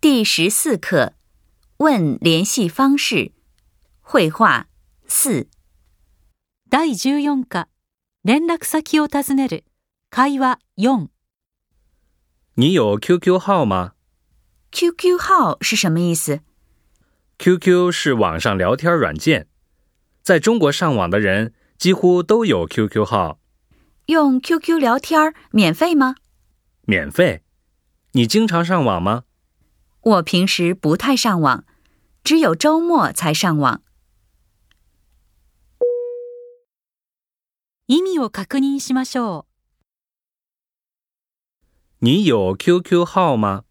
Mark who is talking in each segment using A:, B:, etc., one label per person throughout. A: 第十四课，问联系方式，绘画四。
B: 第14課、連絡先を尋ねる、会話4、
C: 你有 QQ 号吗
A: QQ 号是什么意思？
C: ？QQ 是网上聊天软件，在中国上网的人几乎都有 QQ 号，
A: 用 QQ 聊天儿免费吗？
C: 免费。你经常上网吗？
A: 我平时不太上网，只有周末才上网。
B: 意味を確認しましょ
C: 你有 QQ 号吗？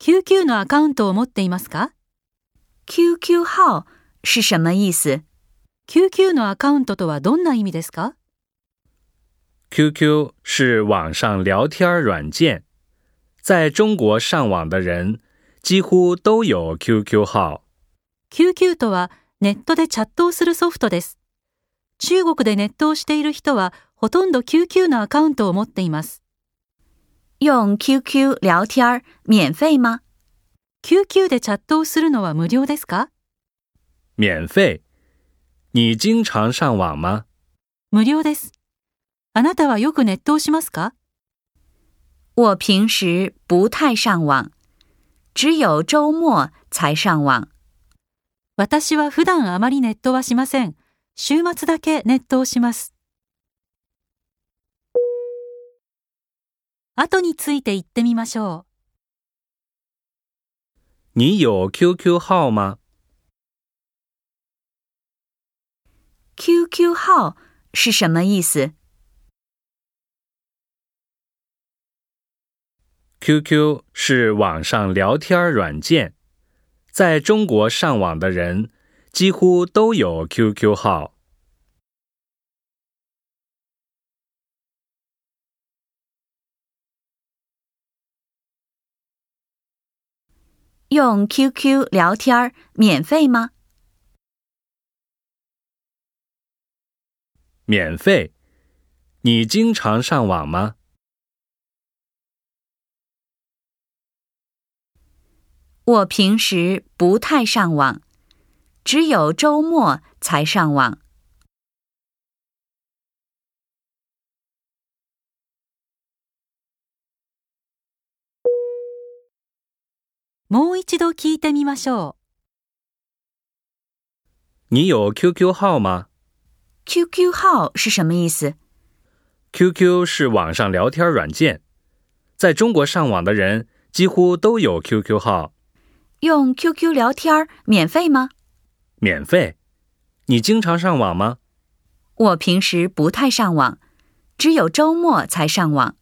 B: う。QQ のアカウントを持っていますか
A: QQ 号是什么意思？
B: ?QQ のアカウントとはどんな意味ですか
C: QQ 是网上聊天软件，在中国上网的人几乎都有 QQ 号。
B: ?QQ とはネットでチャットをするソフトです。中国でネットをしている人はほとんど QQ のアカウントを持っています。
A: 用 QQ 聊天儿免费吗？
B: QQ でチャットをするのは無料ですか
C: 免费。你经常上网吗？
B: 無料です。あなたはよくネットをしますか
A: 我平时不太上网，只有周末才上网。
B: 私は普段あまりネットはしません。週末だけネットをします。後について言ってみましょ
C: 你有 QQ 号吗？
A: QQ 号是什么意思？
C: QQ 是网上聊天软件，在中国上网的人几乎都有 QQ 号。
A: 用 QQ 聊天儿免费吗？
C: 免费。你经常上网吗？
A: 我平时不太上网，只有周末才上网。
B: う。もう一度聞いてみましょ
C: 你有 QQ 号吗
A: QQ 号是什么意思？
C: ？QQ 是网上聊天软件，在中国上网的人几乎都有 QQ 号，
A: 用 QQ 聊天儿免费吗？
C: 免费。你经常上网吗？
A: 我平时不太上网，只有周末才上网。